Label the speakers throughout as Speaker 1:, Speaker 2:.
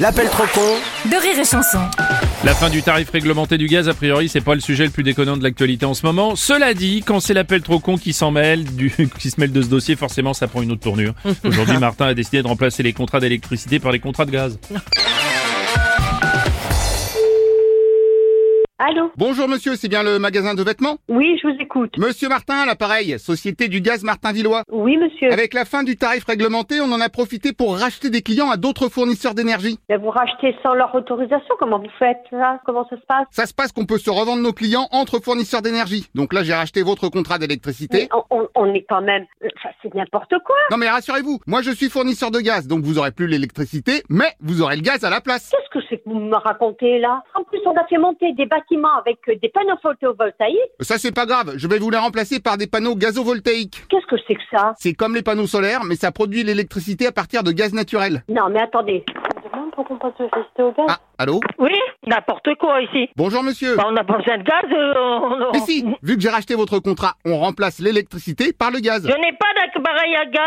Speaker 1: L'appel trop con
Speaker 2: de rire et chanson.
Speaker 3: La fin du tarif réglementé du gaz, a priori, c'est pas le sujet le plus déconnant de l'actualité en ce moment. Cela dit, quand c'est l'appel trop con qui s'en mêle, du, qui se mêle de ce dossier, forcément, ça prend une autre tournure. Aujourd'hui, Martin a décidé de remplacer les contrats d'électricité par les contrats de gaz.
Speaker 4: Allô
Speaker 5: Bonjour monsieur, c'est bien le magasin de vêtements
Speaker 4: Oui, je vous écoute.
Speaker 5: Monsieur Martin, à l'appareil, Société du gaz Martin Villois.
Speaker 4: Oui, monsieur.
Speaker 5: Avec la fin du tarif réglementé, on en a profité pour racheter des clients à d'autres fournisseurs d'énergie.
Speaker 4: Mais vous rachetez sans leur autorisation Comment vous faites là Comment ça se passe
Speaker 5: Ça se passe qu'on peut se revendre nos clients entre fournisseurs d'énergie. Donc là, j'ai racheté votre contrat d'électricité.
Speaker 4: Mais on, on- on est quand même... euh, Enfin, c'est n'importe quoi
Speaker 5: Non mais rassurez-vous, moi je suis fournisseur de gaz, donc vous aurez plus l'électricité, mais vous aurez le gaz à la place.
Speaker 4: Qu'est-ce que c'est que vous me racontez là En plus, on a fait monter des bâtiments avec euh, des panneaux photovoltaïques.
Speaker 5: Ça c'est pas grave, je vais vous les remplacer par des panneaux gazovoltaïques.
Speaker 4: Qu'est-ce que c'est que ça
Speaker 5: C'est comme les panneaux solaires, mais ça produit l'électricité à partir de gaz naturel.
Speaker 4: Non, mais attendez.
Speaker 5: Ah, allô
Speaker 6: Oui, n'importe quoi ici.
Speaker 5: Bonjour monsieur.
Speaker 6: Bah, on n'a pas besoin de gaz. euh, on-
Speaker 5: Mais
Speaker 6: on-
Speaker 5: si, vu que j'ai racheté votre contrat, on remplace l'électricité par le gaz.
Speaker 6: Je n'ai pas d'appareil à gaz.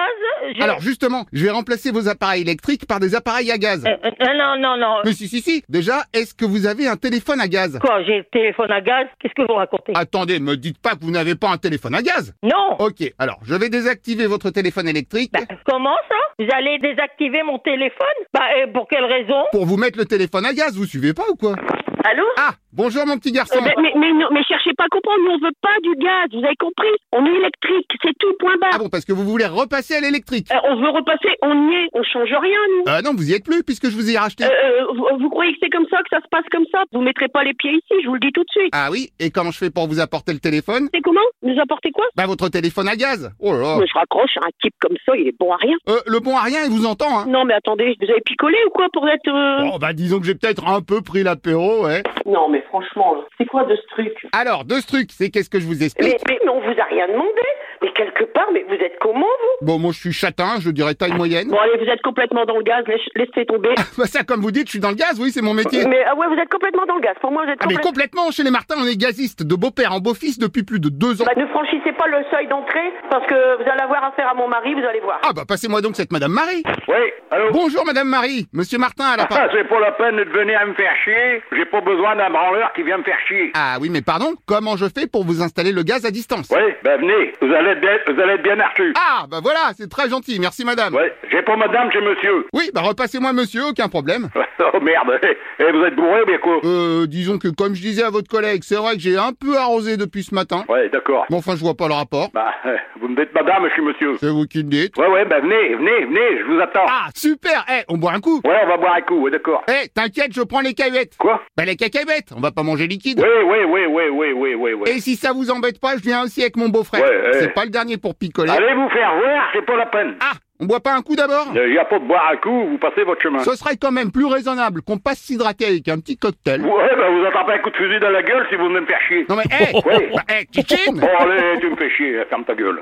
Speaker 6: je-
Speaker 5: Alors justement, je vais remplacer vos appareils électriques par des appareils à gaz.
Speaker 6: Euh, euh, non, non, non.
Speaker 5: Mais si, si, si. Déjà, est-ce que vous avez un téléphone à gaz
Speaker 6: Quoi, j'ai le téléphone à gaz Qu'est-ce que vous racontez
Speaker 5: Attendez, me dites pas que vous n'avez pas un téléphone à gaz.
Speaker 6: Non.
Speaker 5: Ok, alors je vais désactiver votre téléphone électrique
Speaker 6: Bah, comment ça Vous allez désactiver mon téléphone Bah, et pour quelle raison
Speaker 5: pour vous mettre le téléphone à gaz. Vous suivez pas ou quoi
Speaker 6: Euh, bah,
Speaker 7: Allô
Speaker 5: Ah, bonjour mon petit garçon.
Speaker 7: Eh ben, mais, mais, mais, non, mais cherchez pas à comprendre, nous on veut pas du gaz, vous avez compris On est électrique, c'est tout, point
Speaker 5: Ah
Speaker 7: barre.
Speaker 5: bon, parce que vous voulez repasser à l'électrique.
Speaker 7: Euh, on veut repasser, on y est, on change rien nous.
Speaker 5: Euh, non, vous y êtes plus puisque je vous ai racheté.
Speaker 7: Euh, euh, vous, vous croyez que c'est comme ça, que ça se passe comme ça Vous mettrez pas les pieds ici, je vous le dis tout de suite.
Speaker 5: Ah oui, et comment je fais pour vous apporter le téléphone
Speaker 7: C'est comment Nous apportez quoi
Speaker 5: Bah votre téléphone à gaz. Oh là là.
Speaker 7: Moi, Je raccroche à un type comme ça, il est bon à rien.
Speaker 5: Euh, le bon à rien, il vous entend, hein
Speaker 7: Non mais attendez, vous avez picolé ou quoi pour être... euh,
Speaker 5: Oh bah disons que j'ai peut-être un peu pris l'apéro, ouais.
Speaker 7: Non mais franchement, c'est quoi de ce truc
Speaker 5: Alors, de ce truc, c'est qu'est-ce que je vous explique
Speaker 7: mais, mais, mais on vous a rien demandé Mais quelque part, mais vous êtes comment vous
Speaker 5: Bon, moi je suis châtain, je dirais taille moyenne.
Speaker 7: Bon allez, vous êtes complètement dans le gaz, laisse- laissez tomber.
Speaker 5: Bah ça, comme vous dites, je suis dans le gaz, oui, c'est mon métier.
Speaker 7: Mais ah ouais, vous êtes complètement dans le gaz. Pour moi, vous êtes
Speaker 5: Ah mais
Speaker 7: complètement...
Speaker 5: complètement, chez les Martins, on est gaziste, de beau-père en beau-fils depuis plus de deux ans.
Speaker 7: Bah, ne franchissez pas le seuil d'entrée parce que vous allez avoir affaire à mon mari, vous allez voir.
Speaker 5: Ah bah passez-moi donc cette Madame Marie.
Speaker 8: Oui, allô
Speaker 5: Bonjour Madame Marie, Monsieur Martin à la
Speaker 8: Ah,
Speaker 5: part.
Speaker 8: c'est pas la peine de venir à me faire chier. J'ai pas besoin d'un branleur qui vient me faire chier.
Speaker 5: Ah oui, mais pardon, comment je fais pour vous installer le gaz à distance
Speaker 8: Oui, ben venez. Vous allez être bien, vous allez être bien archu.
Speaker 5: Ah bah voilà, c'est très gentil, merci Madame.
Speaker 8: Oui, j'ai pas madame, j'ai monsieur.
Speaker 5: Oui, bah repassez-moi Monsieur, aucun problème.
Speaker 8: oh merde. Et vous êtes bourré ou bien quoi
Speaker 5: Euh, disons que comme je disais à votre collègue, c'est vrai que j'ai un peu arrosé depuis ce matin.
Speaker 8: Ouais, d'accord.
Speaker 5: Bon, enfin, je vois pas le rapport.
Speaker 8: Bah, euh, vous me dites madame, je suis monsieur.
Speaker 5: C'est vous qui le dites.
Speaker 8: Ouais, ouais, ben venez, venez, venez, je vous attends.
Speaker 5: Ah super, eh, on boit un coup.
Speaker 8: Ouais, on va boire un coup, ouais, d'accord.
Speaker 5: Eh, t'inquiète, je prends les cahuètes.
Speaker 8: Quoi
Speaker 5: Bah les cacahuètes, on va pas manger liquide.
Speaker 8: Oui, oui, oui, oui, oui, oui, oui, oui.
Speaker 5: Et si ça vous embête pas, je viens aussi avec mon beau-frère.
Speaker 8: Ouais, ouais.
Speaker 5: C'est pas le dernier pour picoler.
Speaker 8: Allez vous faire voir, c'est pas la peine.
Speaker 5: Ah, on boit pas un coup d'abord
Speaker 8: Il n'y a pas de boire un coup, vous passez votre chemin.
Speaker 5: Ce serait quand même plus raisonnable qu'on passe s'hydrater avec un petit cocktail.
Speaker 8: Ouais, ben vous attrapez un coup de fusil dans la gueule si vous venez me faire chier.
Speaker 5: Non mais, hé
Speaker 8: Ouais.
Speaker 5: Bah, hé, Chichine
Speaker 8: Bon, allez, tu me fais chier, ferme ta gueule.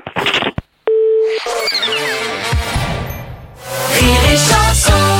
Speaker 2: Rire et chanson.